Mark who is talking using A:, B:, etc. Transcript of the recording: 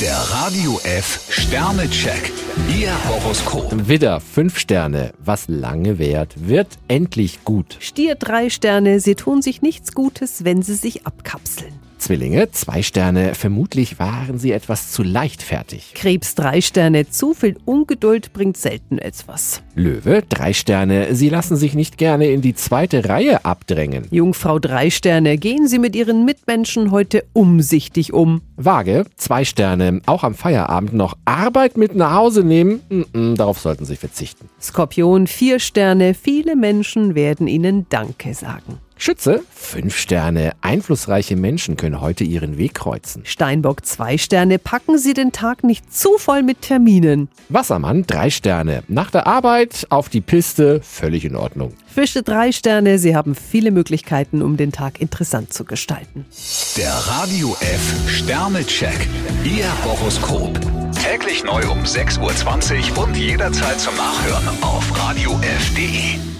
A: Der Radio F Sternecheck. Ihr Horoskop.
B: Widder, 5 Sterne. Was lange währt, wird endlich gut.
C: Stier drei Sterne, sie tun sich nichts Gutes, wenn sie sich abkapseln.
B: Zwillinge, 2 Sterne. Vermutlich waren sie etwas zu leichtfertig.
C: Krebs drei Sterne, zu viel Ungeduld bringt selten etwas.
B: Löwe, 3 Sterne. Sie lassen sich nicht gerne in die zweite Reihe abdrängen.
C: Jungfrau drei Sterne, gehen Sie mit Ihren Mitmenschen heute umsichtig um.
B: Waage, 2 Sterne. Auch am Feierabend noch Arbeit mit nach Hause nehmen? Mm -mm, darauf sollten sie verzichten.
C: Skorpion vier Sterne, viele Menschen werden Ihnen Danke sagen.
B: Schütze, 5 Sterne. Einflussreiche Menschen können heute ihren Weg kreuzen.
C: Steinbock zwei Sterne, packen Sie den Tag nicht zu voll mit Terminen.
B: Wassermann, 3 Sterne. Nach der Arbeit auf die Piste, völlig in Ordnung.
C: Fische drei Sterne, Sie haben viele Möglichkeiten, um den Tag interessant zu gestalten.
A: Der Radio F Sternecheck. Ihr Horoskop. Täglich neu um 6.20 Uhr und jederzeit zum Nachhören auf Radio radiof.de.